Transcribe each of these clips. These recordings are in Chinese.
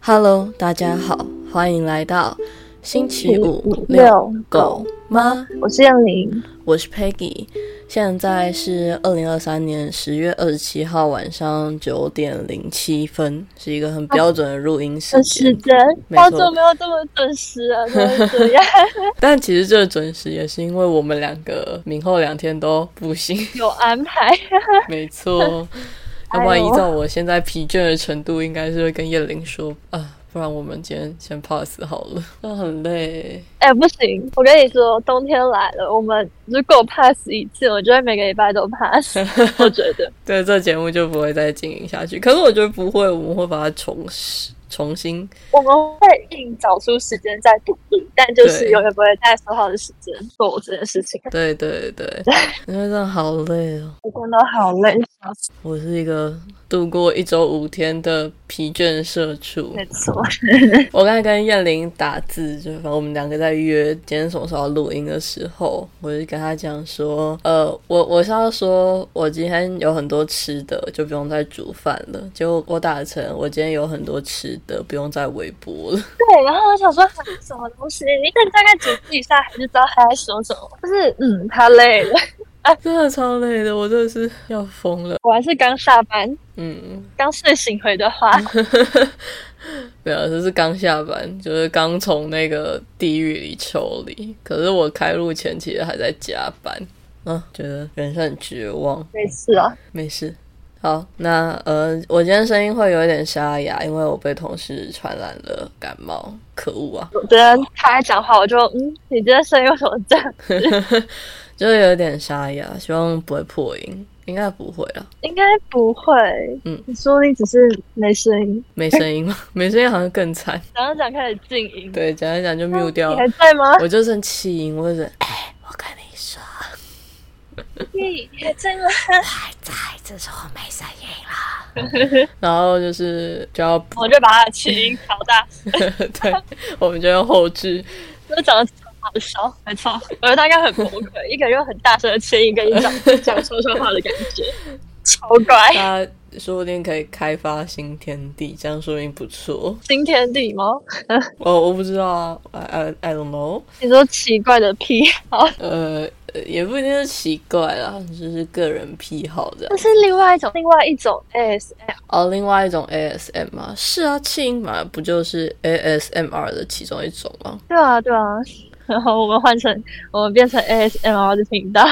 Hello，大家好，欢迎来到星期五遛狗吗？我是燕玲，我是 Peggy，现在是二零二三年十月二十七号晚上九点零七分，是一个很标准啊的录音时准时间。间，没错好久没有这么准时了，怎么会这样？但其实这个准时也是因为我们两个明后两天都不行， 有安排，没错。要不然依照我现在疲倦的程度，应该是会跟燕玲说啊，不然我们今天先 pass 好了，那很累。哎、不行，我跟你说，冬天来了，我们如果 pass 一次，我就会每个礼拜都 pass，我觉得。对，这节目就不会再经营下去。可是我觉得不会，我们会把它重拾重新。我们会硬找出时间再补录，但就是对永远不会在说好的时间做这件事情。对对对，因为真的好累哦。我真的好累，我是一个度过一周五天的疲倦社畜。没错，我刚才跟燕玲打字，就反正我们两个在约今天什么时候要录音的时候，我就跟她讲说，呃，我我是要说呃我今天有很多吃的，就不用再煮饭了。结果我打成我今天有很多吃的，不用再微波了。对。然后我想说，啊什么东西？你可以大概解释一下，还是知道他在说 什么？就是，嗯，他累了，真的超累的，我真的是要疯了。我还是刚下班，嗯，刚睡醒回的话，没有，啊就是刚下班，就是刚从那个地狱里抽离。可是我开录前其实还在加班，啊，觉得人生很绝望。没事啊，没事，好，那呃，我今天声音会有一点沙哑，因为我被同事传染了感冒，可恶啊！我觉得他在讲话，我就嗯，你这声音为什么这样？就是有点沙哑，希望不会破音，应该不会啊。应该不会，嗯你说你只是没声音，没声音吗？ 没声音好像更惨。讲着讲开始静音，对，讲一讲就 mute 掉你还在吗？我就剩气音，我就觉得，啊哎，我跟你说，你还在吗？在，只是我没声音了。 然后就是就要 我就把他的气音调大，对，我们就用后置，就讲的超好笑，没错，我觉得他应该很崩溃，一个人用很大声的气音跟你讲 讲说说话的感觉，超乖。大家说不定可以开发新天地，这样说不定不错。新天地吗？我我不知道啊，I I I don't know，你说奇怪的癖好，呃，呃也不一定是奇怪啦，就是个人癖好这样这。是另外一种，另外一种 ASM。哦，另外一种 ASM 啊，是啊，气音嘛，不就是 ASMR 的其中一种吗？对啊，对啊。然后我们换成，我们变成 ASMR 的频道。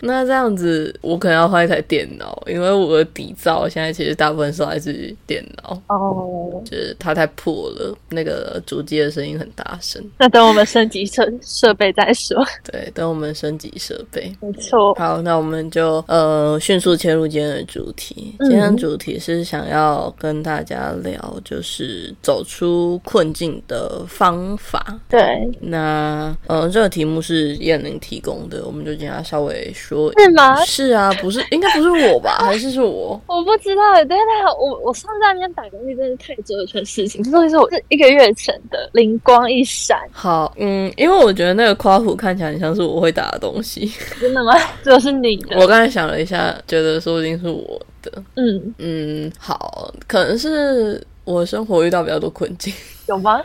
那这样子，我可能要换一台电脑，因为我的底噪现在其实大部分是来自于电脑，哦，就是它太破了，那个主机的声音很大声。那等我们升级设设备再说。对，等我们升级设备。没错，好，那我们就呃迅速切入今天的主题。今嗯天的主题是想要跟大家聊，就是走出困境的方法。对，那呃，这个题目是燕玲提供的，我们就请她稍微说。是吗？是啊，不是应该不是我吧？还是是我？我不知道，但是他我我上次在那边打工，真的是太折腾事情。这东西是我是一个月前的灵光一闪，好，嗯，因为我觉得那个夸虎看起来很像是我会打的东西。真的吗？这是你我的，刚才想了一下，觉得说不定是我的。嗯，嗯，好，可能是我生活遇到比较多困境， 有 吗？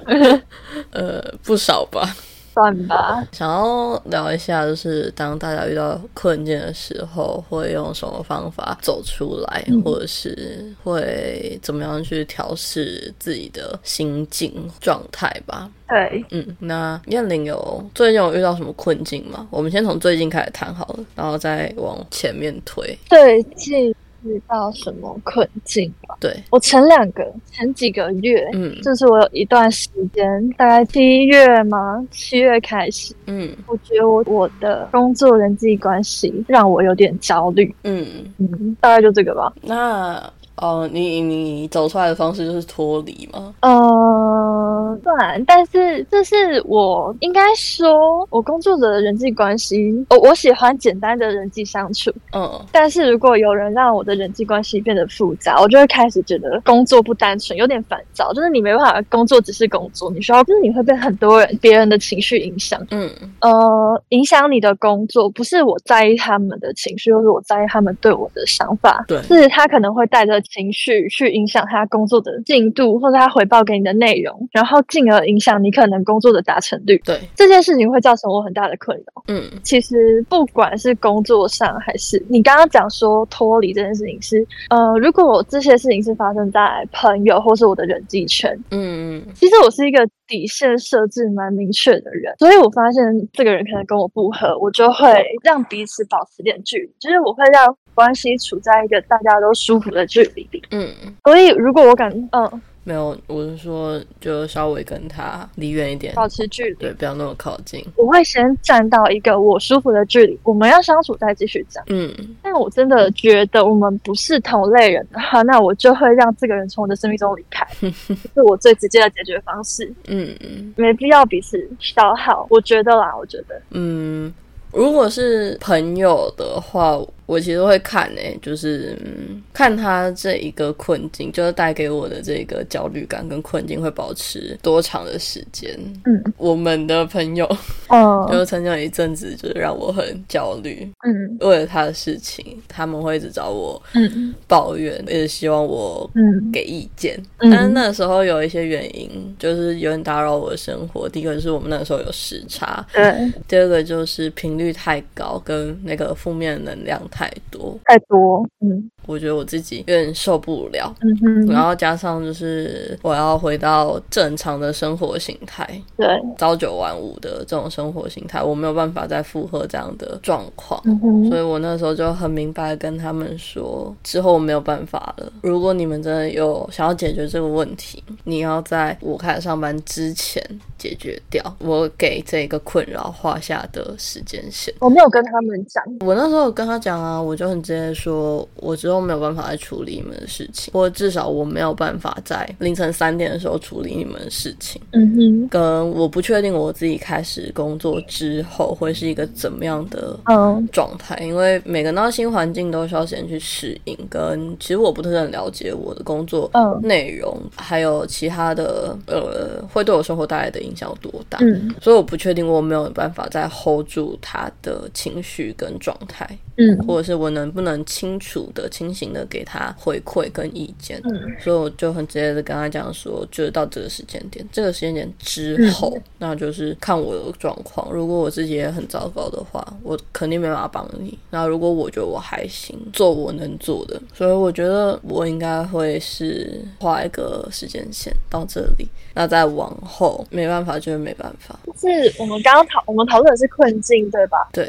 呃，不少吧。算吧，想要聊一下，就是当大家遇到困境的时候，会用什么方法走出来，或者是会怎么样去调试自己的心境状态吧。对，嗯，那燕玲有最近有遇到什么困境吗？我们先从最近开始谈好了，然后再往前面推。最近遇到什么困境吧？对，我前两个前几个月，嗯就是我有一段时间，大概七月嘛，七月开始，嗯我觉得我我的工作人际关系让我有点焦虑，嗯，嗯，大概就这个吧。那哦，你你走出来的方式就是脱离吗？呃，对，但是这是我应该说，我工作者的人际关系，我我喜欢简单的人际相处，嗯但是如果有人让我的人际关系变得复杂，我就会开始觉得工作不单纯，有点烦躁。就是你没办法工作只是工作，你需要就是你会被很多人别人的情绪影响，嗯呃，影响你的工作。不是我在意他们的情绪，或是我在意他们对我的想法，对是他可能会带着情绪去影响他工作的进度，或者他回报给你的内容，然后进而影响你可能工作的达成率。对，这件事情会造成我很大的困扰。嗯其实不管是工作上还是你刚刚讲说脱离这件事情是，呃，如果我这些事情是发生在朋友或是我的人际圈，嗯嗯，其实我是一个底线设置蛮明确的人，所以我发现这个人可能跟我不合，我就会让彼此保持点距离，就是我会让关系处在一个大家都舒服的距离里。嗯，所以如果我敢嗯没有，我是说就稍微跟他离远一点，保持距离，对，不要那么靠近。我会先站到一个我舒服的距离，我们要相处再继续讲。嗯但我真的觉得我们不是同类人的话，那我就会让这个人从我的生命中离开，这是我最直接的解决方式，嗯嗯没必要彼此消耗。我觉得啦，我觉得嗯，如果是朋友的话，我其实会看诶、就是、嗯、看他这一个困境，就是带给我的这个焦虑感跟困境会保持多长的时间。嗯，我们的朋友 就嗯是曾经有一阵子，就是让我很焦虑，嗯为了他的事情，他们会一直找我嗯抱怨，一直希望我嗯给意见。嗯但是那时候有一些原因，就是有点打扰我的生活。第一个就是我们那时候有时差，对，第二个就是频率太高，跟那个负面能量太多，太多，嗯我觉得我自己有点受不了。嗯然哼，后加上就是我要回到正常的生活形态，对，朝九晚五的这种生活形态，我没有办法再负荷这样的状况。嗯哼，所以我那时候就很明白地跟他们说，之后我没有办法了。如果你们真的有想要解决这个问题，你要在我开始上班之前解决掉。我给这个困扰画下的时间线。我没有跟他们讲，我那时候有跟他讲啊，我就很直接说，我之后没有办法再处理你们的事情，或至少我没有办法在凌晨三点的时候处理你们的事情。嗯哼，跟我不确定我自己开始工作之后会是一个怎么样的嗯状态，因为每个人到新环境都需要时间去适应。跟其实我不是很了解我的工作嗯内容，还有其他的呃，会对我生活带来的影响有多大，嗯所以我不确定我有没有办法再 hold 住他的情绪跟状态，嗯或者是我能不能清楚的、清醒的给他回馈跟意见。嗯所以我就很直接的跟他讲说，就是到这个时间点，这个时间点之后，那就是看我的状况。如果我自己也很糟糕的话，我肯定没办法帮你。那如果我觉得我还行，做我能做的，所以我觉得我应该会是画一个时间线到这里，那再往后没办法就是没办法。就是我们刚刚讨我们讨论的是困境，对吧？对，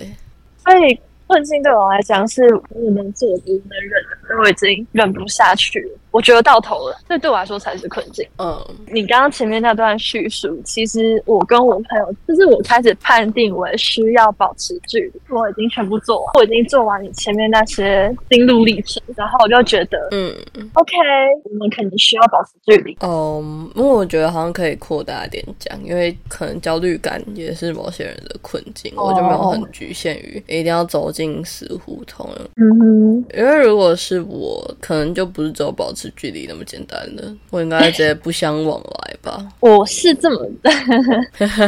所以困境对我来讲是我能做的，我能忍的，因为我已经忍不下去了，我觉得到头了，这对我来说才是困境。嗯你刚刚前面那段叙述，其实我跟我朋友，就是我开始判定为需要保持距离，我已经全部做完，我已经做完你前面那些心路历程，然后我就觉得嗯。 ，OK，我们可能需要保持距离。嗯，因为我觉得好像可以扩大一点讲，因为可能焦虑感也是某些人的困境，哦我就没有很局限于一定要走进死胡同了。嗯哼，因为如果是我，可能就不是只有保持距离那么简单的，我应该直接不相往来吧。我是这么的，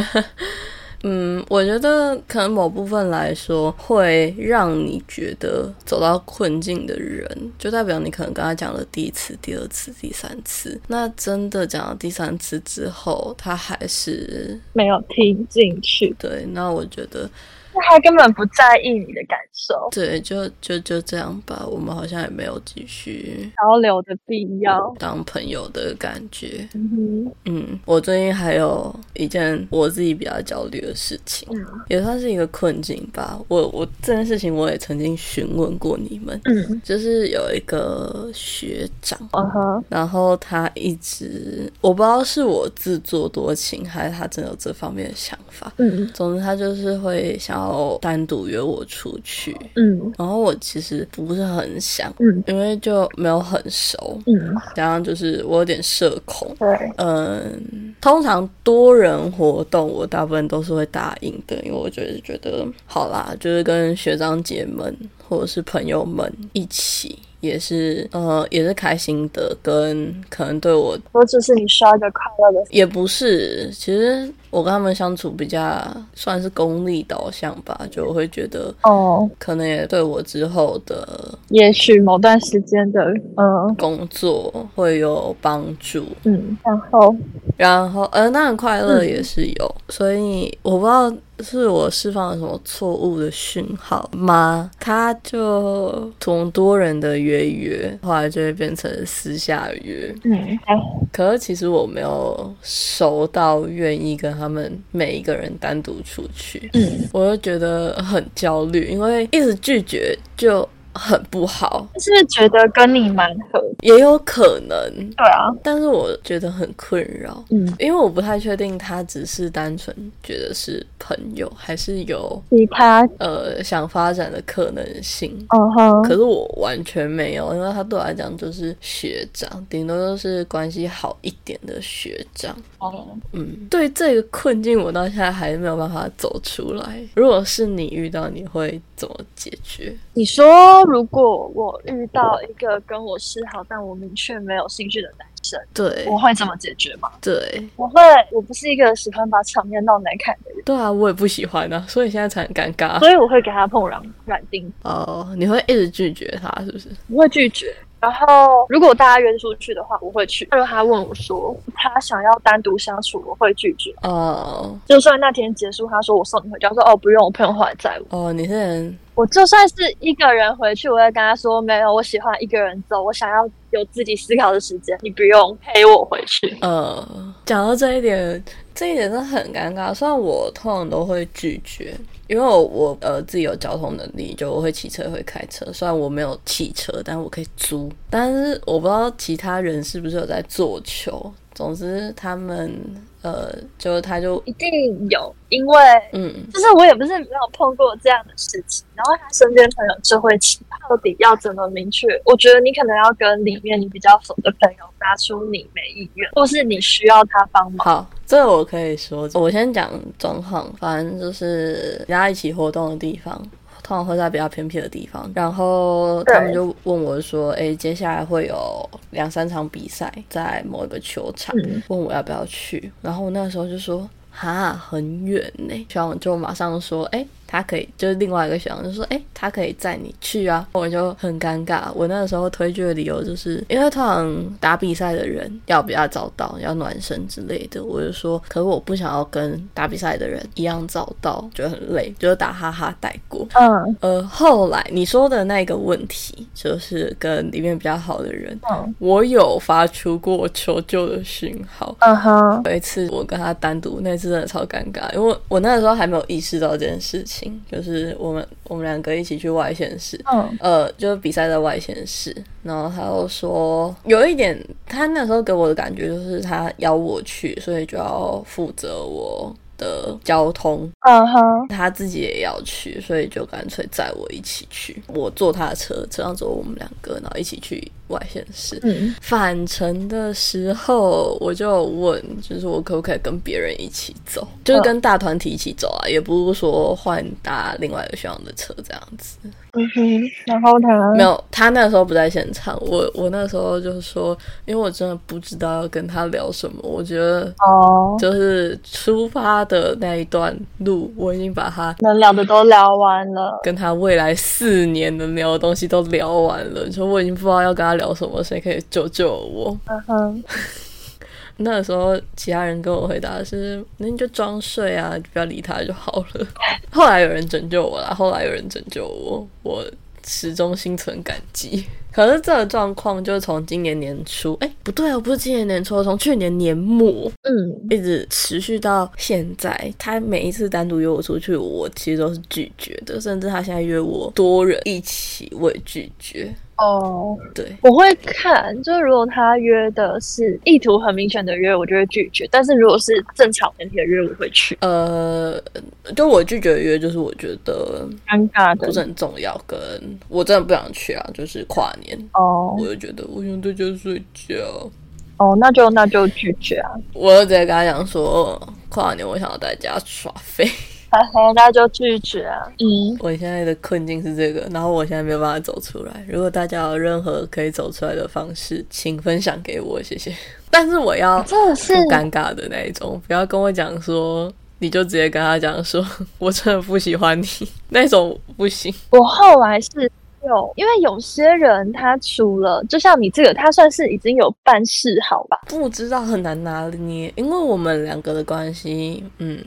嗯，我觉得可能某部分来说，会让你觉得走到困境的人，就代表你可能跟他讲了第一次、第二次、第三次，那真的讲到第三次之后，他还是没有听进去，对，那我觉得他根本不在意你的感受，对，就就就这样吧。我们好像也没有继续交流的必要。当朋友的感觉。嗯哼，嗯，我最近还有一件我自己比较焦虑的事情，嗯也算是一个困境吧。我我这件事情我也曾经询问过你们，嗯就是有一个学长。嗯哼，然后他一直，我不知道是我自作多情，还是他真的有这方面的想法。嗯总之，他就是会想要单独约我出去，嗯然后我其实不是很想，嗯因为就没有很熟，嗯，加上就是我有点社恐。对，嗯，通常多人活动我大部分都是会答应的，因为我就是觉得好啦，就是跟学长姐们或者是朋友们一起。也是呃也是开心的，跟可能对我我只是你需要一个快乐的。也不是，其实我跟他们相处比较算是功利导向吧，就我会觉得哦，可能也对我之后的也许某段时间的，嗯工作会有帮助。嗯，然后然后，呃，那很快乐嗯也是有，所以我不知道是我释放了什么错误的讯号吗？他就从多人的约约，后来就会变成私下约。嗯，还可是其实我没有熟到愿意跟他们每一个人单独出去，嗯，我就觉得很焦虑，因为一直拒绝就很不好，是觉得跟你蛮合，也有可能，对啊，但是我觉得很困扰。嗯，因为我不太确定他只是单纯觉得是朋友，还是有其他，呃想发展的可能性。嗯哼，可是我完全没有，因为他对我来讲就是学长，顶多就是关系好一点的学长。哦嗯，对这个困境，我到现在还没有办法走出来。如果是你遇到，你会怎么解决？你说如果我遇到一个跟我示好但我明确没有兴趣的男生，对我会怎么解决吗？对我会，我不是一个喜欢把场面闹难看的人，对啊，我也不喜欢啊，所以现在才很尴尬。 所以我会给他碰软软钉，哦，你会一直拒绝他，是不是？不会拒绝。然后，如果大家约出去的话，我会去。如果他问我说他想要单独相处，我会拒绝。哦就算那天结束，他说我送你回家，我说哦不用，我朋友还在我。哦，你是很我就算是一个人回去，我会跟他说没有，我喜欢一个人走，我想要有自己思考的时间，你不用陪我回去。呃，讲到这一点，这一点真的很尴尬。虽然我通常都会拒绝，因为我我呃自己有交通能力，就我会骑车会开车。虽然我没有汽车，但我可以租。但是我不知道其他人是不是有在做球。总之，他们呃，就他就一定有，因为嗯，就是我也不是没有碰过这样的事情。然后他身边朋友就会起，到底要怎么明确？我觉得你可能要跟里面你比较熟的朋友拿出你没意愿，或是你需要他帮忙。好，这我可以说，我先讲状况，反正就是大家一起活动的地方，通常会在比较偏僻的地方。然后对他们就问我说：“诶，接下来会有两三场比赛在某一个球场，嗯问我要不要去。”然后我那时候就说。哈，很远呢。学长就马上说：“诶，他可以。”就是另外一个学长就说：“诶，他可以载你去啊。”我就很尴尬。我那个时候推拒的理由就是因为通常打比赛的人要比较早到，要暖身之类的。我就说，可是我不想要跟打比赛的人一样早到，觉得很累，就是打哈哈带过。嗯呃，后来你说的那个问题，就是跟里面比较好的人，嗯我有发出过求救的讯号。嗯哼，有一次我跟他单独，那次真的超尴尬，因为我那个时候还没有意识到这件事情，就是我们我们两个一起去外县市，嗯呃，就是比赛在外县市，然后他又说有一点，他那时候给我的感觉就是他邀我去，所以就要负责我的交通，嗯哼，他自己也要去，所以就干脆载我一起去，我坐他的车，车上坐我们两个，然后一起去外县市。嗯返程的时候，我就有问，就是我可不可以跟别人一起走，嗯就是跟大团体一起走啊，也不是说换搭另外一个学长的车这样子。嗯哼，然后他没有，他那时候不在现场。我我那时候就是说，因为我真的不知道要跟他聊什么。我觉得哦，就是出发的那一段路，我已经把他能聊的都聊完了。跟他未来四年能聊的东西都聊完了，就我已经不知道要跟他聊什么，谁可以救救我？嗯哼， 那时候其他人跟我回答是，那你就装睡啊，就不要理他就好了。 后来有人拯救我啦，后来有人拯救我，我始终心存感激。可是这个状况就是从今年年初，哎、不对哦，不是今年年初，从去年年末嗯一直持续到现在。他每一次单独约我出去，我其实都是拒绝的，甚至他现在约我多人一起，我也拒绝。哦，对，我会看，就是如果他约的是意图很明显的约，我就会拒绝；但是如果是正常问题的约，我会去。呃，就我拒绝约，就是我觉得尴尬不是的很重要，跟我真的不想去啊，就是跨年，哦我就觉得我想在家睡觉，哦，那就那就拒绝啊。我就直接跟他讲说，跨年我想要在家耍废，嘿嘿，那就拒绝。嗯，我现在的困境是这个，然后我现在没有办法走出来。如果大家有任何可以走出来的方式，请分享给我，谢 谢。但是我要真的是不尴尬的那一种，不要跟我讲说，你就直接跟他讲说，我真的不喜欢你那种不行。 我后来是有，因为有些人他除了就像你这个，他算是已经有办事好吧？不知道很难拿捏，因为我们两个的关系，嗯，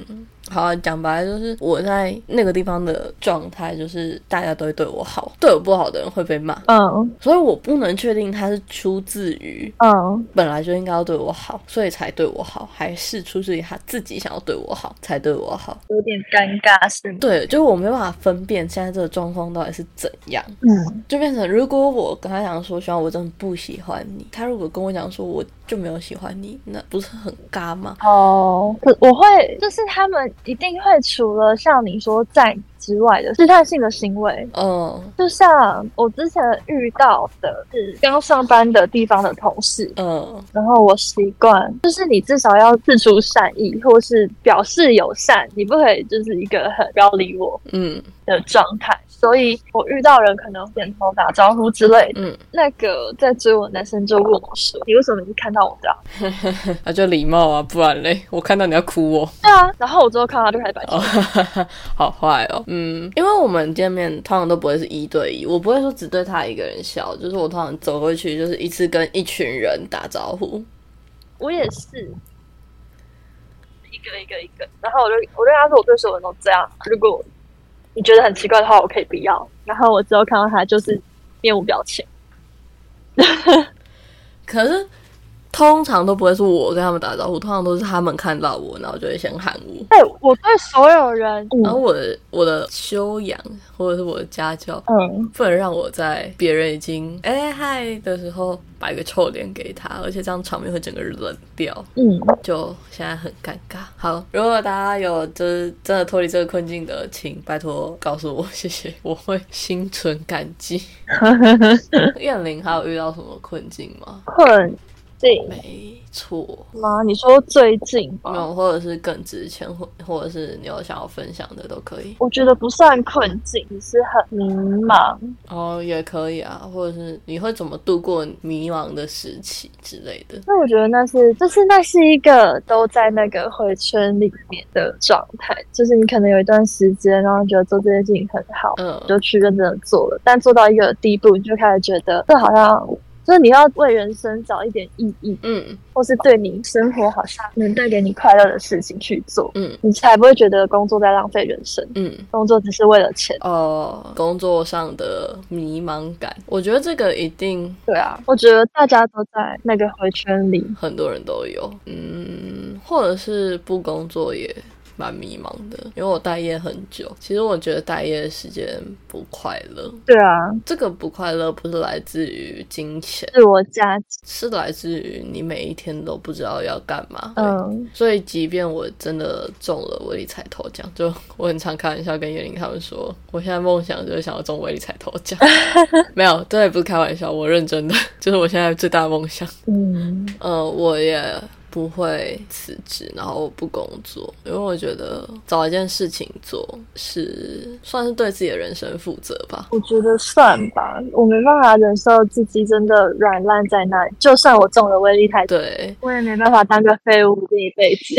好啊讲白了就是我在那个地方的状态，就是大家都会对我好，对我不好的人会被骂，嗯所以我不能确定他是出自于嗯，本来就应该要对我好，所以才对我好，还是出自于他自己想要对我好才对我好。有点尴尬是吗？对，就是我没办法分辨现在这个状况到底是怎样，嗯，就变成如果我跟他讲说，希望我真的不喜欢你，他如果跟我讲说我就没有喜欢你，那不是很尬吗？哦，可我会就是他们一定会除了像你说在之外的试探性的行为，嗯就像我之前遇到的是刚上班的地方的同事，嗯然后我习惯，就是你至少要自出善意，或是表示友善，你不可以就是一个很不要理我嗯的状态。所以我遇到人可能点头打招呼之类的，嗯，那个在追我的男生就问我说：“你为什么一看到我这样啊就礼貌啊，不然嘞，我看到你要哭哦。？”对啊，然后我之后看到他就开始摆臭哦，哈哈， 好坏哦，嗯，因为我们见面通常都不会是一对一，我不会说只对他一个人笑，就是我通常走过去就是一次跟一群人打招呼，我也是，一个一个一个。然后我就我就跟他说，我对所有人都这样。如果你觉得很奇怪的话，我可以不要。然后我之后看到他就是面无表情。可是通常都不会是我跟他们打招呼，通常都是他们看到我，然后就会先喊我，对哎我对所有人，然后我的我的修养或者是我的家教。嗯，不能让我在别人已经哎嗨的时候摆个臭脸给他，而且这样场面会整个冷掉。嗯，就现在很尴尬。好，如果大家有就是真的脱离这个困境的，请拜托告诉我，谢谢，我会心存感激。燕玲还有遇到什么困境吗？困境没错，吗？你说最近没吧？有，或者是更值钱，或或者是你有想要分享的都可以。我觉得不算困境，只是很迷茫。哦，也可以啊，或者是你会怎么度过迷茫的时期之类的。那我觉得那是，就是那是一个都在那个回圈里面的状态，就是你可能有一段时间，然后觉得做这件事情很好，嗯，就去认真的做了，但做到一个地步，你就开始觉得这好像。就是你要为人生找一点意义，嗯或是对你生活好像能带给你快乐的事情去做，嗯你才不会觉得工作在浪费人生。嗯，工作只是为了钱。哦，工作上的迷茫感，我觉得这个一定对啊，我觉得大家都在那个回圈里。很多人都有，嗯，或者是不工作也蛮迷茫的，因为我待业很久。其实我觉得待业的时间不快乐，对啊，这个不快乐不是来自于金钱，自我价值。是来自于你每一天都不知道要干嘛。嗯，所以，即便我真的中了威力彩头奖，就我很常开玩笑跟叶玲他们说，我现在梦想就是想要中威力彩头奖。没有，这也不是开玩笑，我认真的， 就是我现在最大的梦想。嗯，呃，我也不会辞职，然后我不工作，因为我觉得找一件事情做是算是对自己的人生负责吧。我觉得算吧，我没办法忍受自己真的软烂在那里。就算我中了威力太，对，我也没办法当个废物这一辈 子。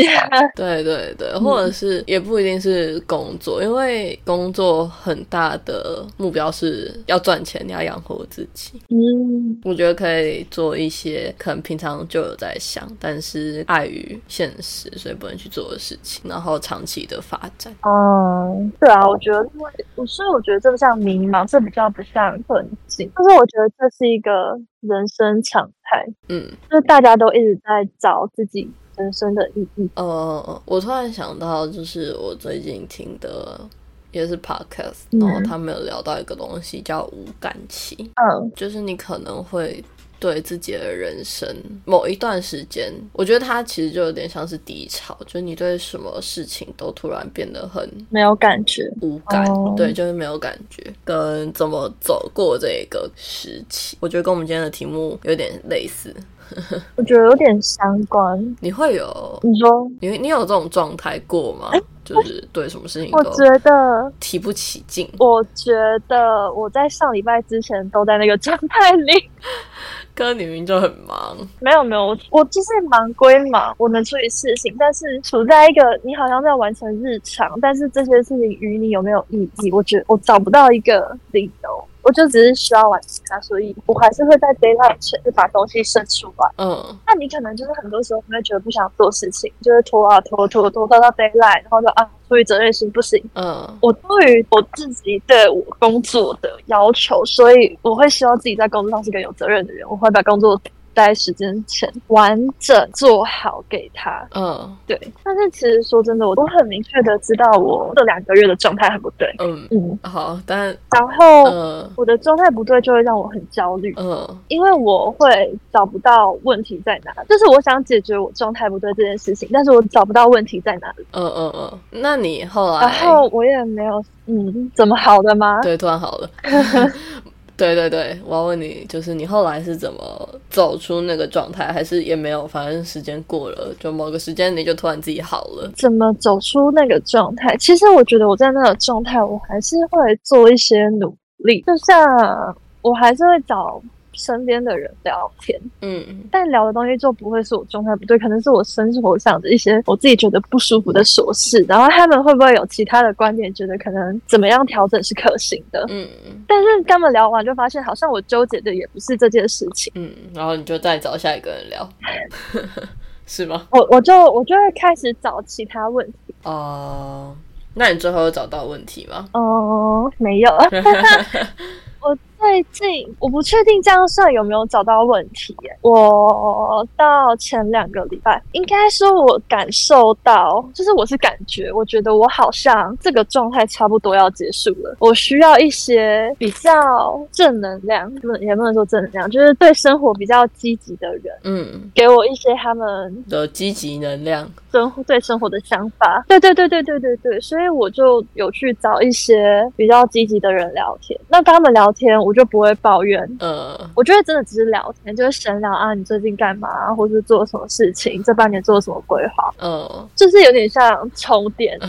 对对对，或者是也不一定是工作，因为工作很大的目标是要赚钱，你要养活自己。嗯，我觉得可以做一些可能平常就有在想，但是碍于现实，所以不能去做的事情，然后长期的发展。嗯，对啊，我觉得，因为我所以我觉得这不像迷茫，这比较不像困境。但是我觉得这是一个人生常态，嗯，就是大家都一直在找自己人生的意义。呃，我突然想到，就是我最近听的也是 podcast，嗯然后他们有聊到一个东西叫无感期。嗯就是你可能会对自己的人生某一段时间，我觉得它其实就有点像是低潮，就是你对什么事情都突然变得很没有感觉。无感哦对，就是没有感觉，跟怎么走过这个时期，我觉得跟我们今天的题目有点类似，我觉得有点相关。你会有。你说你你有这种状态过吗？就是对什么事情哎我都觉得，提不起劲。我觉得我在上礼拜之前都在那个状态里。哥，你明明就很忙，没有没有，我我就是忙归忙，我能处理事情，但是处在一个你好像在完成日常，但是这些事情与你有没有意义，我觉得我找不到一个理由。我就只是需要完成它，所以我还是会在 d a y l i g h t 前把东西生出来。嗯，那你可能就是很多时候你会觉得不想做事情，就是拖啊拖拖拖拖到 d a y l i g h t 然后就啊，出于责任心不行，嗯，我对于我自己对我工作的要求，所以我会希望自己在工作上是个有责任的人，我会把工作在时间前完整做好给他。嗯，对，但是其实说真的，我都很明确的知道我这两个月的状态很不对，嗯，嗯，好，但然后呃，我的状态不对就会让我很焦虑。嗯，因为我会找不到问题在哪，就是我想解决我状态不对这件事情，但是我找不到问题在哪里。嗯，嗯，嗯，那你后来，然后我也没有，嗯，怎么好的吗？对，突然好 了。对对对，我要问你，就是你后来是怎么走出那个状态，还是也没有？反正时间过了，就某个时间你就突然自己好了。怎么走出那个状态？其实我觉得我在那个状态，我还是会做一些努力，就像我还是会找身边的人聊天，嗯但聊的东西就不会是我状态不对，可能是我生活上的一些我自己觉得不舒服的琐事，然后他们会不会有其他的观点，觉得可能怎么样调整是可行的？嗯但是跟他们聊完就发现，好像我纠结的也不是这件事情。嗯，然后你就再找下一个人聊， 是吗？我我就我就会开始找其他问题，哦、那你最后有找到问题吗？哦，没有，我最近我不确定这样算有没有找到问题耶。我到前两个礼拜，应该说我感受到，就是我是感觉，我觉得我好像这个状态差不多要结束了，我需要一些比较正能量，不能也不能说正能量，就是对生活比较积极的人。嗯，给我一些他们有积极能量。生活对生活的想法，对对对对对对对，所以我就有去找一些比较积极的人聊天。那跟他们聊天，我就不会抱怨，呃，我觉得真的只是聊天，就是闲聊啊，你最近干嘛，或是做什么事情，这半年做什么规划，呃，就是有点像充 电，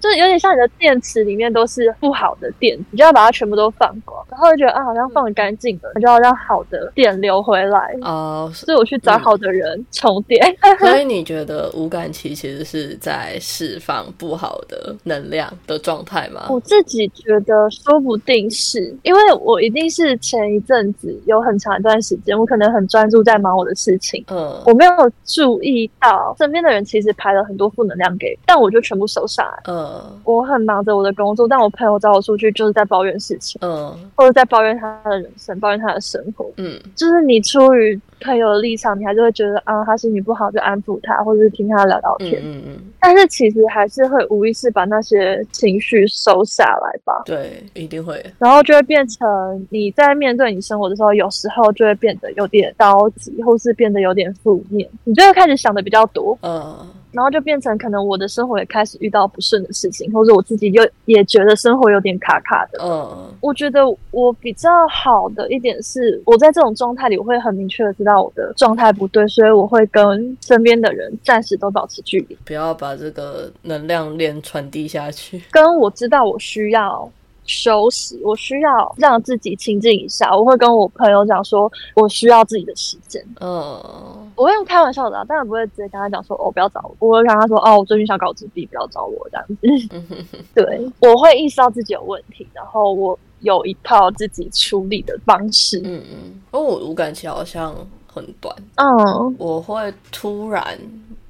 就是有点像你的电池里面都是不好的电，你就要把它全部都放光，然后就觉得啊，好像放干净了，你就要让好的电流回来。哦、所以我去找好的人充电， 所以你觉得无感期其实是在释放不好的能量的状态吗？我自己觉得说不定是因为我一定是前一阵子有很长一段时间，我可能很专注在忙我的事情，嗯我没有注意到身边的人其实排了很多负能量给，但我就全部收上来。嗯我很忙着我的工作，但我朋友找我出去就是在抱怨事情，嗯或者在抱怨他的人生，抱怨他的生活。嗯就是你出于朋友的立场，你还是会觉得啊，他心情不好就安抚他，或者是听他聊聊嗯天。嗯嗯，但是其实还是会无意识把那些情绪收下来吧，对，一定会。然后就会变成你在面对你生活的时候，有时候就会变得有点着急，或是变得有点负面，你就会开始想的比较多。呃然后就变成可能我的生活也开始遇到不顺的事情，或者我自己又也觉得生活有点卡卡的。呃我觉得我比较好的一点是，我在这种状态里，我会很明确的知道我的状态不对，所以我会跟身边的人暂时都保持距离，不要把这个能量链传递下去。跟我知道我需要。休息，我需要让自己清静一下。我会跟我朋友讲说，我需要自己的时间。呃我会用开玩笑的、啊，当然不会直接跟他讲说，哦，不要找我。我会跟他说，哦，我最近想搞自闭，不要找我这样子。嗯哼哼对，我会意识到自己有问题，然后我有一套自己处理的方式。嗯嗯，哦，我无感期好像很短，嗯，我会突然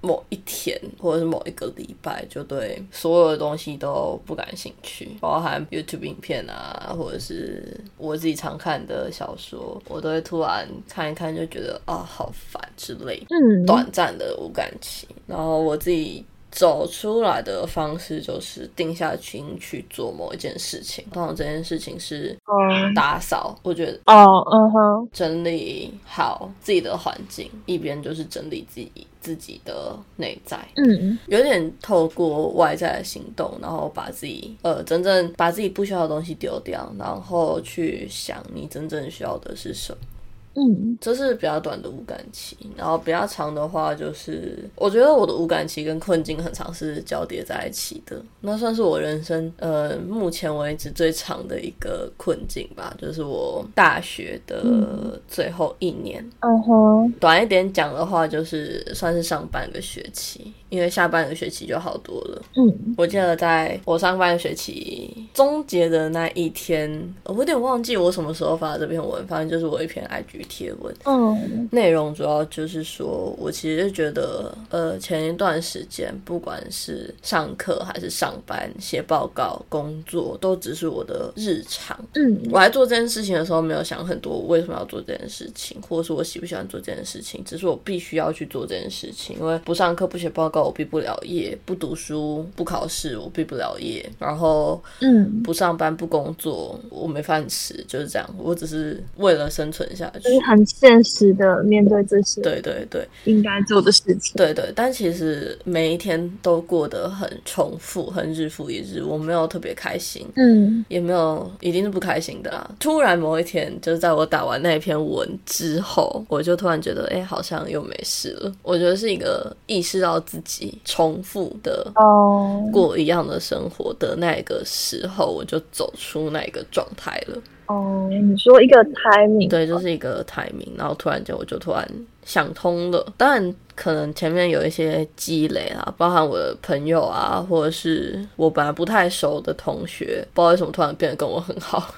某一天或者是某一个礼拜，就对所有的东西都不感兴趣，包含 YouTube 影片啊，或者是我自己常看的小说，我都会突然看一看，就觉得啊好烦之类的嗯，短暂的无感期。然后我自己。走出来的方式就是定下心去做某一件事情，通常这件事情是嗯，打扫。我觉得哦，嗯哼，整理好自己的环境，一边就是整理自己自己的内在，嗯有点透过外在的行动，然后把自己呃真正把自己不需要的东西丢掉，然后去想你真正需要的是什么。嗯，这是比较短的无感期，然后比较长的话，就是我觉得我的无感期跟困境很长是交叠在一起的，那算是我人生呃目前为止最长的一个困境吧，就是我大学的最后一年。嗯哼，短一点讲的话，就是算是上半个学期，因为下半个学期就好多了。嗯我记得在我上半学期终结的那一天，我有点忘记我什么时候发的这篇文，反正就是我一篇 IG 贴文，嗯内容主要就是说我其实觉得，呃，前一段时间不管是上课还是上班、写报告、工作，都只是我的日常。嗯我在做这件事情的时候，没有想很多，我为什么要做这件事情，或者是我喜不喜欢做这件事情，只是我必须要去做这件事情，因为不上课、不写报告，我毕不了业；不读书、不考试，我毕不了业。然后嗯，不上班、不工作，我没饭吃，就是这样。我只是为了生存下去就。是很现实的面对这些对对对，应该做的事情。对对，但其实每一天都过得很重复，很日复一日，我没有特别开心，嗯也没有，一定是不开心的啦。突然某一天，就是在我打完那一篇文之后，我就突然觉得，哎，好像又没事了。我觉得是一个意识到自己重复的哦过一样的生活的那个时候，我就走出那个状态了。哦，你说一个 timing，对，就是一个 timing，然后突然间我就突然想通了。当然，可能前面有一些积累啊，包含我的朋友啊，或者是我本来不太熟的同学，不知道为什么突然变得跟我很好。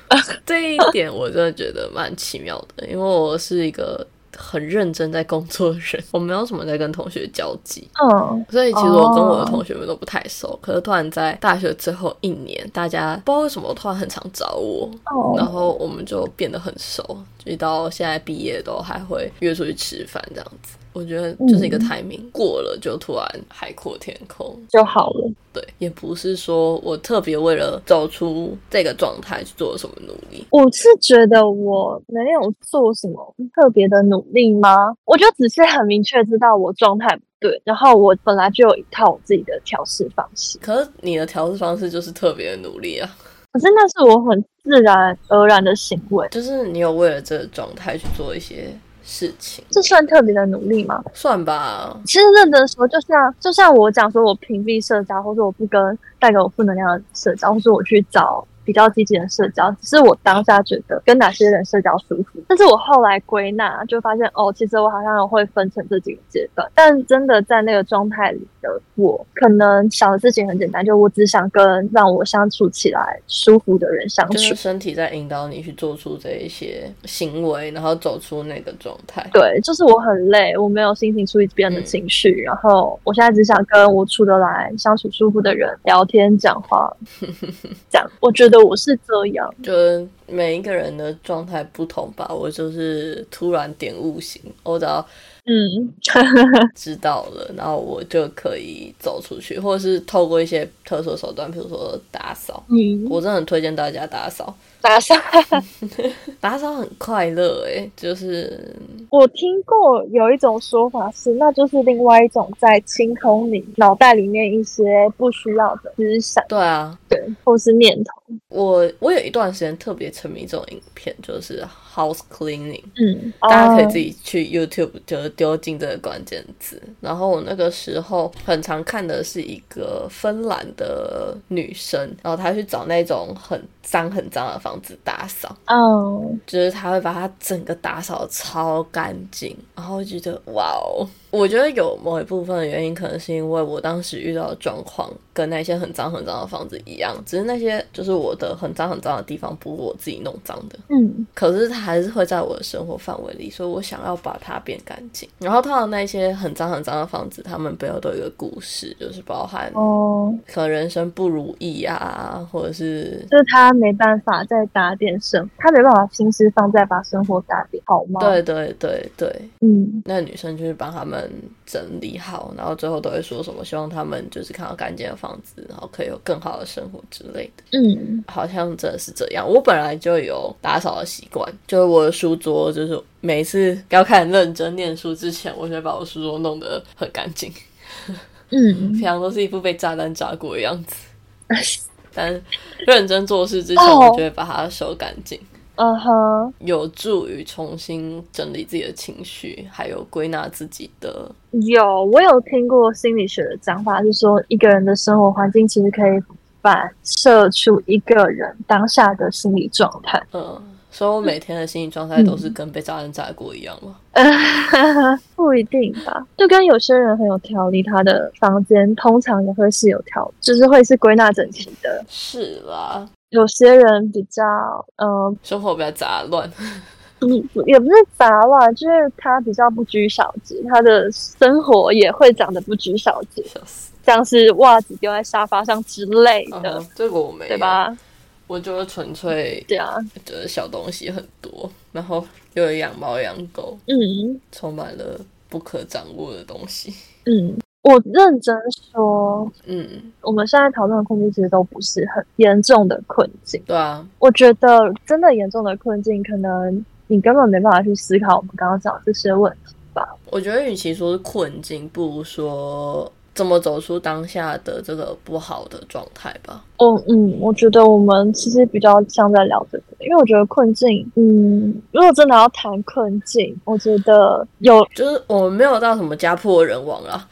这一点我真的觉得蛮奇妙的，因为我是一个。很认真在工作的人，我没有什么在跟同学交际，嗯所以其实我跟我的哦同学们都不太熟。可是突然在大学最后一年，大家不知道为什么突然很常找我，然哦，后我们就变得很熟，就到现在毕业都还会约出去吃饭这样子。我觉得就是一个嗯 timing、过了，就突然海阔天空。就好了。对，也不是说我特别为了走出这个状态去做了什么努力。我是觉得我没有做什么特别的努力吗？我就只是很明确知道我状态不对，然后我本来就有一套我自己的调试方式，可是你的调试方式就是特别的努力啊，可是那是我很自然而然的行为，就是你有为了这个状态去做一些事情，这算特别的努力吗？算吧。其实认真说，就像就像我讲说，我屏蔽社交，或者我不跟带给我负能量的社交，或者我去找比较积极的社交，只是我当下觉得跟哪些人社交舒服。但是我后来归纳，就发现哦，其实我好像会分成这几个阶段。但真的在那个状态里的我，可能想的事情很简单，就我只想跟让我相处起来舒服的人相就是处。身体在引导你去做出这一些行为，然后走出那个状态。对，就是我很累，我没有心情处理嗯别人的情绪，然后我现在只想跟我处得来、相处舒服的人聊天、讲话， 这样。我觉得我是这样，就是每一个人的状态不同吧，我就是突然点悟型，我只要嗯，知道了，然后我就可以走出去，或者是透过一些特殊手段，比如说打扫。嗯，我真的很推荐大家 打扫，打上。打扫很快乐诶、就是我听过有一种说法是，那就是另外一种在清空你脑袋里面一些不需要的思想，对啊，对，或是念头。我我有一段时间特别沉迷这种影片，就是 house cleaning，嗯，大家可以哦自己去 YouTube 就是丢进这个关键字。然后我那个时候很常看的是一个芬兰的女生，然后她去找那种很脏很脏的房子打扫，嗯，就是她会把它整个打扫得超干净，然后我就觉得哇哦。我觉得有某一部分的原因，可能是因为我当时遇到的状况跟那些很脏很脏的房子一样，只是那些就是我的很脏很脏的地方，不是我自己弄脏的。嗯，可是它还是会在我的生活范围里，所以我想要把它变干净。然后，通常那些很脏很脏的房子，他们背后都有一个故事，就是包含哦，可能人生不如意啊，或者是就是他没办法再打点生，他没办法心思放在把生活打点好吗？对，对对对，嗯，那女生就是帮他们整理好，然后最后都会说什么，希望他们就是看到干净的房子，然后可以有更好的生活之类的。嗯好像真的是这样。我本来就有打扫的习惯，就是我的书桌，就是每次要开始认真念书之前，我就会把我书桌弄得很干净，嗯平，常都是一副被炸弹炸过的样子。但认真做事之前，哦我就会把它收干净。 嗯哼，有助于重新整理自己的情绪，还有归纳自己的。有，我有听过心理学的讲法，是说一个人的生活环境其实可以反射出一个人当下的心理状态。 嗯，所以我每天的心理状态都是跟被炸弹炸过一样嘛。不一定吧，就跟有些人很有条理，他的房间通常也会是有条，就是会是归纳整齐的。是啦，有些人比较，嗯、生活比较杂乱。不也不是杂乱，就是他比较不拘小节，他的生活也会长得不拘小节，笑死。像是袜子丢在沙发上之类的，嗯，这个我没有对？吧？我就是纯粹对啊，觉得小东西很多，然后又有养猫养狗，嗯充满了不可掌握的东西。嗯，我认真说，嗯，我们现在讨论的困境其实都不是很严重的困境。对啊，我觉得真的严重的困境，可能你根本没办法去思考我们刚刚讲的这些问题吧。我觉得与其说是困境，不如说怎么走出当下的这个不好的状态吧。我、嗯，我觉得我们其实比较像在聊这个，因为我觉得困境，嗯，如果真的要谈困境，我觉得有，就是我们没有到什么家破人亡啊啦，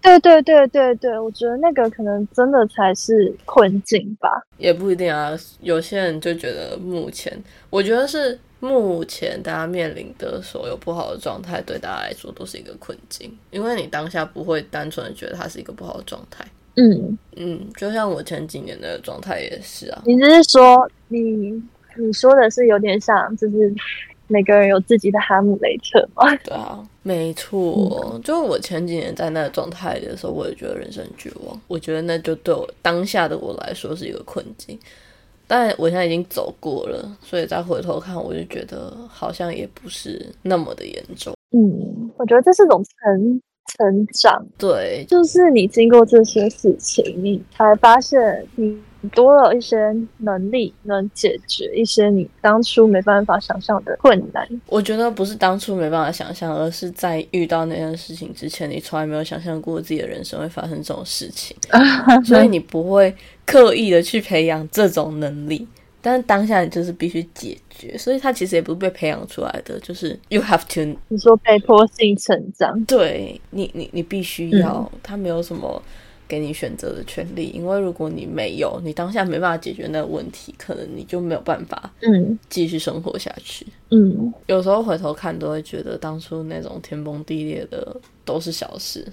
对对对对对，我觉得那个可能真的才是困境吧。也不一定啊。有些人就觉得目前，我觉得是目前大家面临的所有不好的状态，对大家来说都是一个困境，因为你当下不会单纯的觉得它是一个不好的状态。嗯，嗯，就像我前几年的状态也是啊，你只是说你你说的是有点像，就是每个人有自己的哈姆雷特嘛。对啊，没错。就我前几年在那个状态的时候，我也觉得人生绝望。我觉得那就对我当下的我来说是一个困境，但我现在已经走过了，所以再回头看，我就觉得好像也不是那么的严重。嗯，我觉得这是种成成长，对，就是你经过这些事情，你才发现你多了一些能力，能解决一些你当初没办法想象的困难。我觉得不是当初没办法想象，而是在遇到那件事情之前，你从来没有想象过自己的人生会发生这种事情，所以你不会刻意的去培养这种能力。但是当下你就是必须解决，所以它其实也不是被培养出来的，就是 you have to 你说被迫性成长，对你，你你必须要，他没有什么给你选择的权利，因为如果你没有，你当下没办法解决那个问题，可能你就没有办法嗯继续生活下去。嗯，有时候回头看，都会觉得当初那种天崩地裂的都是小事。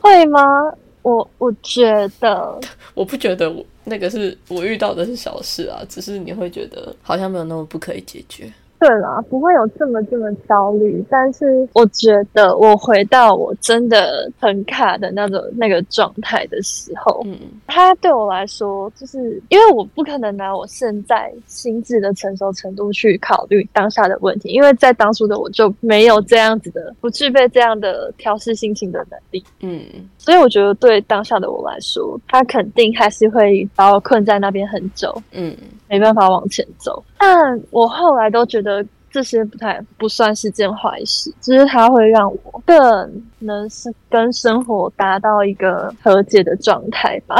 会吗？我我觉得，我不觉得我那个是我遇到的是小事啊，只是你会觉得好像没有那么不可以解决。对啦，不会有这么这么焦虑，但是我觉得我回到我真的很卡的那种那个状态的时候，嗯，它对我来说，就是因为我不可能拿我现在心智的成熟程度去考虑当下的问题，因为在当初的我就没有这样子的，不具备这样的调试心情的能力。嗯，所以我觉得对当下的我来说，他肯定还是会把我困在那边很久，嗯，没办法往前走。但我后来都觉得这些不太不算是件坏事，只是它会让我更能是跟生活达到一个和解的状态吧。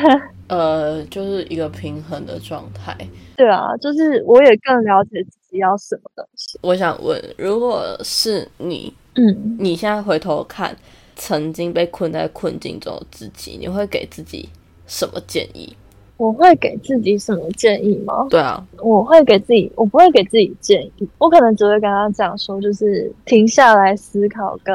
呃，就是一个平衡的状态。对啊，就是我也更了解自己要什么东西。我想问，如果是你，嗯，你现在回头看曾经被困在困境中的自己，你会给自己什么建议？我会给自己什么建议吗？对啊，我会给自己，我不会给自己建议，我可能只会跟他讲说，就是停下来思考，跟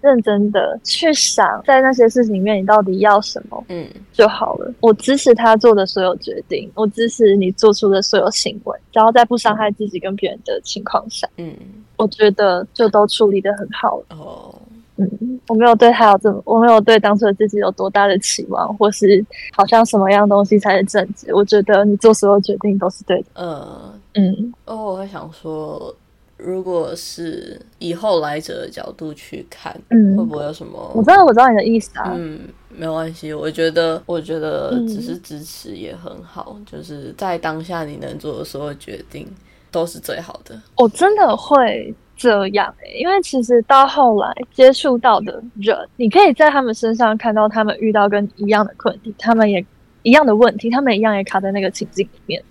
认真的去想，在那些事情里面你到底要什么嗯就好了。我支持他做的所有决定，我支持你做出的所有行为，只要在不伤害自己跟别人的情况下，嗯，我觉得就都处理得很好了。哦，嗯，我没有对他有这么，我没有对当初的自己有多大的期望，或是好像什么样东西才是正解。我觉得你做所有决定都是对的。呃，嗯哦，我会想说，如果是以后来者的角度去看，会嗯不，会有什么？我知道我知道你的意思啊。嗯，没有关系。我觉得，我觉得嗯只是支持也很好，就是在当下你能做的所有决定都是最好的。我真的会这样、欸，因为其实到后来接触到的人，你可以在他们身上看到他们遇到跟你一样的困境，他们也一样的问题，他们一样也卡在那个情境里面。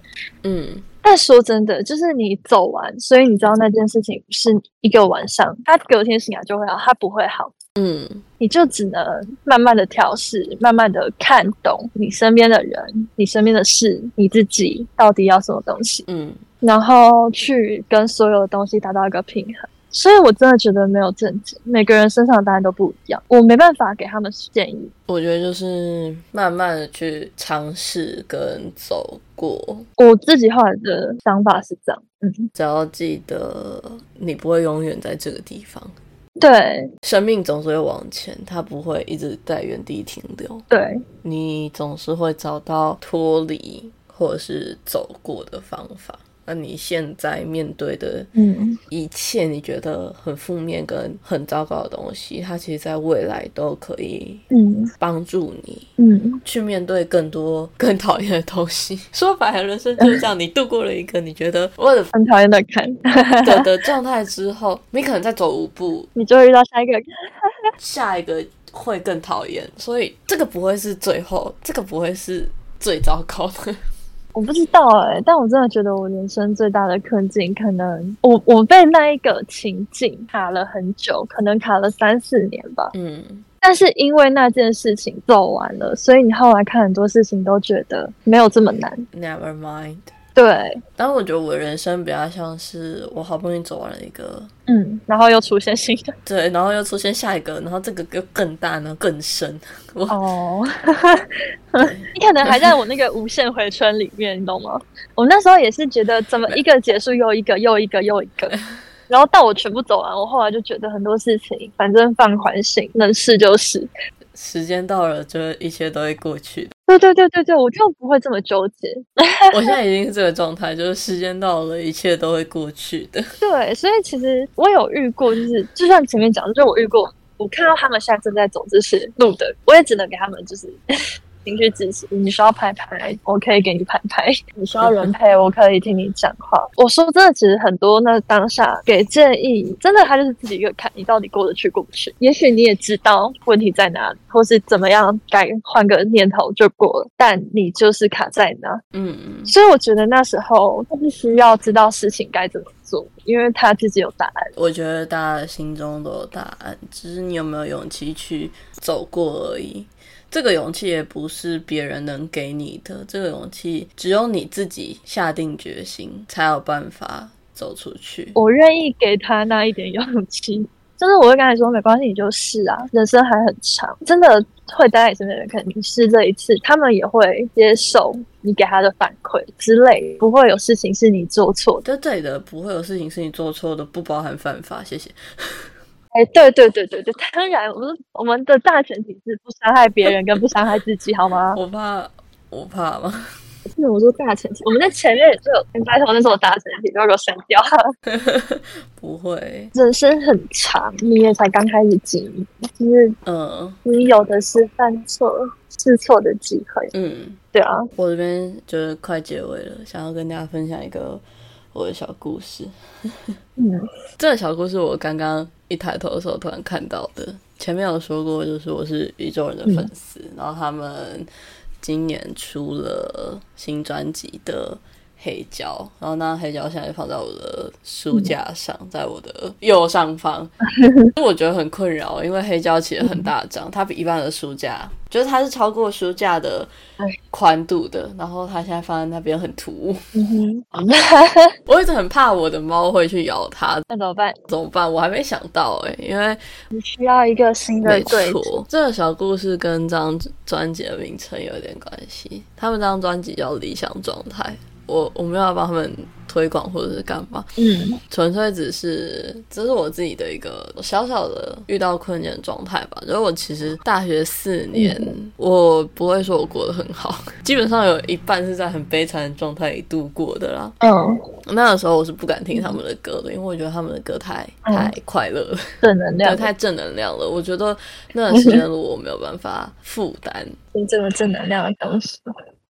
嗯，但说真的，就是你走完，所以你知道那件事情是一个晚上，他隔天醒来就会好，他不会好，嗯，你就只能慢慢的调试，慢慢的看懂你身边的人、你身边的事、你自己到底要什么东西，嗯，然后去跟所有的东西达到一个平衡。所以我真的觉得没有正解，每个人身上的答案都不一样，我没办法给他们建议。我觉得就是慢慢的去尝试跟走过，我自己后来的想法是这样，嗯，只要记得你不会永远在这个地方，对生命总是会往前，它不会一直在原地停留，对你总是会找到脱离或者是走过的方法。那你现在面对的嗯，一切你觉得很负面跟很糟糕的东西，它其实在未来都可以嗯帮助你嗯，去面对更多更讨厌的东西。说白了，人生就是这样，你度过了一个你觉得我的很讨厌的看，的的状态之后，你可能再走五步， 你就会遇到下一个人，下一个会更讨厌。所以这个不会是最后，这个不会是最糟糕的。我不知道哎、但我真的觉得我人生最大的困境，可能我我被那一个情境卡了很久，可能卡了三四年吧。嗯但是因为那件事情走完了，所以你后来看很多事情都觉得没有这么难。 ，Never mind。对，但我觉得我的人生比较像是我好不容易走完了一个嗯，然后又出现新的对，然后又出现下一个，然后这个又更大呢，更深。我 哦，你可能还在我那个无限回圈里面，你懂吗？我那时候也是觉得怎么一个结束又一个，又一个又一 个，然后到我全部走完，我后来就觉得很多事情反正放宽心，能试就试。时间到了，就一切都会过去的。对对对对对，我就不会这么纠结。我现在已经是这个状态，就是时间到了，一切都会过去的。 对，所以其实我有遇过，就是就像前面讲的，就我遇过，我看到他们现在正在走这些路的，我也只能给他们就是 情绪支持。你需要拍拍，我可以给你拍拍；你需要人陪，我可以听你讲话。我说真的，其实很多那当下给建议，真的他就是自己一个看你到底过得去过不去。也许你也知道问题在哪里，或是怎么样该换个念头就过了，但你就是卡在那。嗯，所以我觉得那时候他必须要知道事情该怎么做，因为他自己有答案。我觉得大家的心中都有答案，只是你有没有勇气去走过而已。这个勇气也不是别人能给你的，这个勇气只有你自己下定决心才有办法走出去。我愿意给他那一点勇气，就是我会跟他说没关系，你就试啊，人生还很长，真的会待在你身边的人，可能你试这一次，他们也会接受你给他的反馈之类，不会有事情是你做错的。在这里的不会有事情是你做错的，不包含犯法。谢谢。哎，对对对对对，当然，我们我们的大前提是不伤害别人跟不伤害自己，好吗？我怕，我怕吗？ 那我说大前提，我们在前面就有，拜托那是我大前提，不要给我删掉。不会，人生很长，你也才刚开始经历，就是嗯你有的是犯错、试错的机会。嗯，对啊，我这边就是快结尾了，想要跟大家分享一个我的小故事。嗯 这个小故事我刚刚一抬头的时候突然看到的，前面有说过，就是我是宇宙人的粉丝，然后他们今年出了新专辑的。黑胶，然后那黑胶现在放在我的书架上，在我的右上方，我觉得很困扰，因为黑胶其实很大张，它比一般的书架，就是它是超过书架的宽度的，然后它现在放在那边很突兀，嗯哼， 我一直很怕我的猫会去咬它，那怎么办？怎么办？我还没想到哎、因为你需要一个新的没对象错，这个小故事跟这张专辑的名称有点关系。他们这张专辑叫《理想状态》，我我没有要帮他们推广或者是干嘛，嗯纯粹只是这是我自己的一个小小的遇到困境的状态吧。就是我其实大学四年，我不会说我过得很好， 基本上有一半是在很悲惨的状态里度过的啦。嗯，那个时候我是不敢听他们的歌的，因为我觉得他们的歌太嗯太快乐了，正能对，量，太正能量了。我觉得那段时间的我没有办法负担，听这个正能量的东西。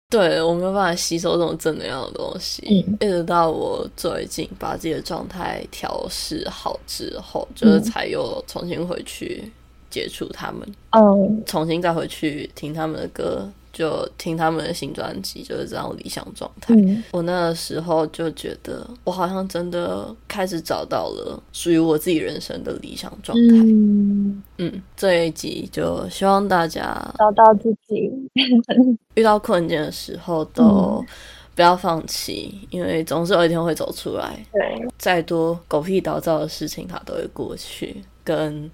对我没有办法吸收这种正能量的东西，嗯一直到我最近把自己的状态调试好之后，就是嗯才又重新回去接触他们，嗯重新再回去听他们的歌，就听他们的新专辑，就是这样理想状态。嗯，我那个时候就觉得，我好像真的开始找到了属于我自己人生的理想状态。嗯，嗯，这一集就希望大家找到自己，遇到困境的时候都不要放弃，因为总是有一天会走出来。对，再多狗屁倒灶的事情，它都会过去。跟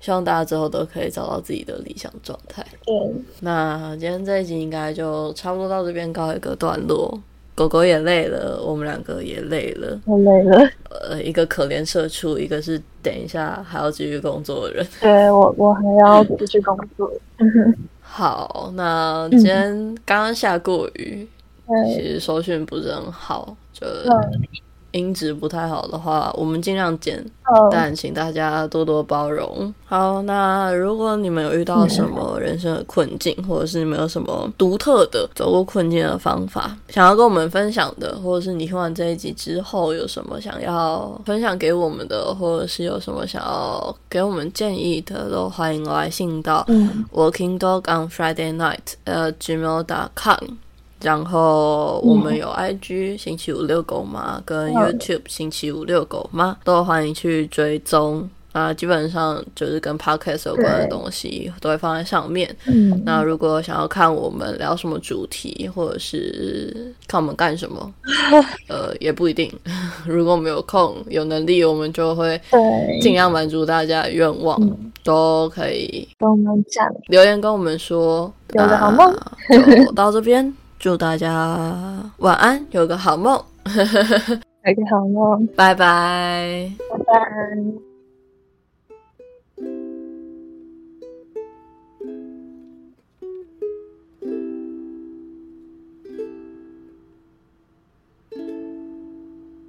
希望大家之后都可以找到自己的理想状态。对，那今天这一集应该就差不多到这边告一个段落。狗狗也累了，我们两个也累了。我累了。呃，一个可怜社畜，一个是等一下还要继续工作的人。对我，我还要继续工作。好，那今天刚刚下过雨，其对，实收讯不是很好，就嗯音质不太好的话，我们尽量剪，嗯，但请大家多多包容。好，那如果你们有遇到什么人生的困境，或者是你们有什么独特的走过困境的方法，想要跟我们分享的，或者是你听完这一集之后有什么想要分享给我们的，或者是有什么想要给我们建议的，都欢迎来信到嗯， Working Dog on Friday Night 呃 gmail.com。然后我们有 IG 星期五遛狗妈跟嗯 YouTube 星期五遛狗妈，都欢迎去追踪。啊，基本上就是跟 podcast 有关的对东西都会放在上面。嗯，那如果想要看我们聊什么主题，或者是看我们干什 么，呃，也不一定。 如果我们有空、有能力，我们就会对，尽量满足大家的愿望，嗯都可以跟我们讲，留言跟我们说，有个好梦，那就到这边，祝大家晚安，有个好梦，大家好梦，拜拜。拜拜。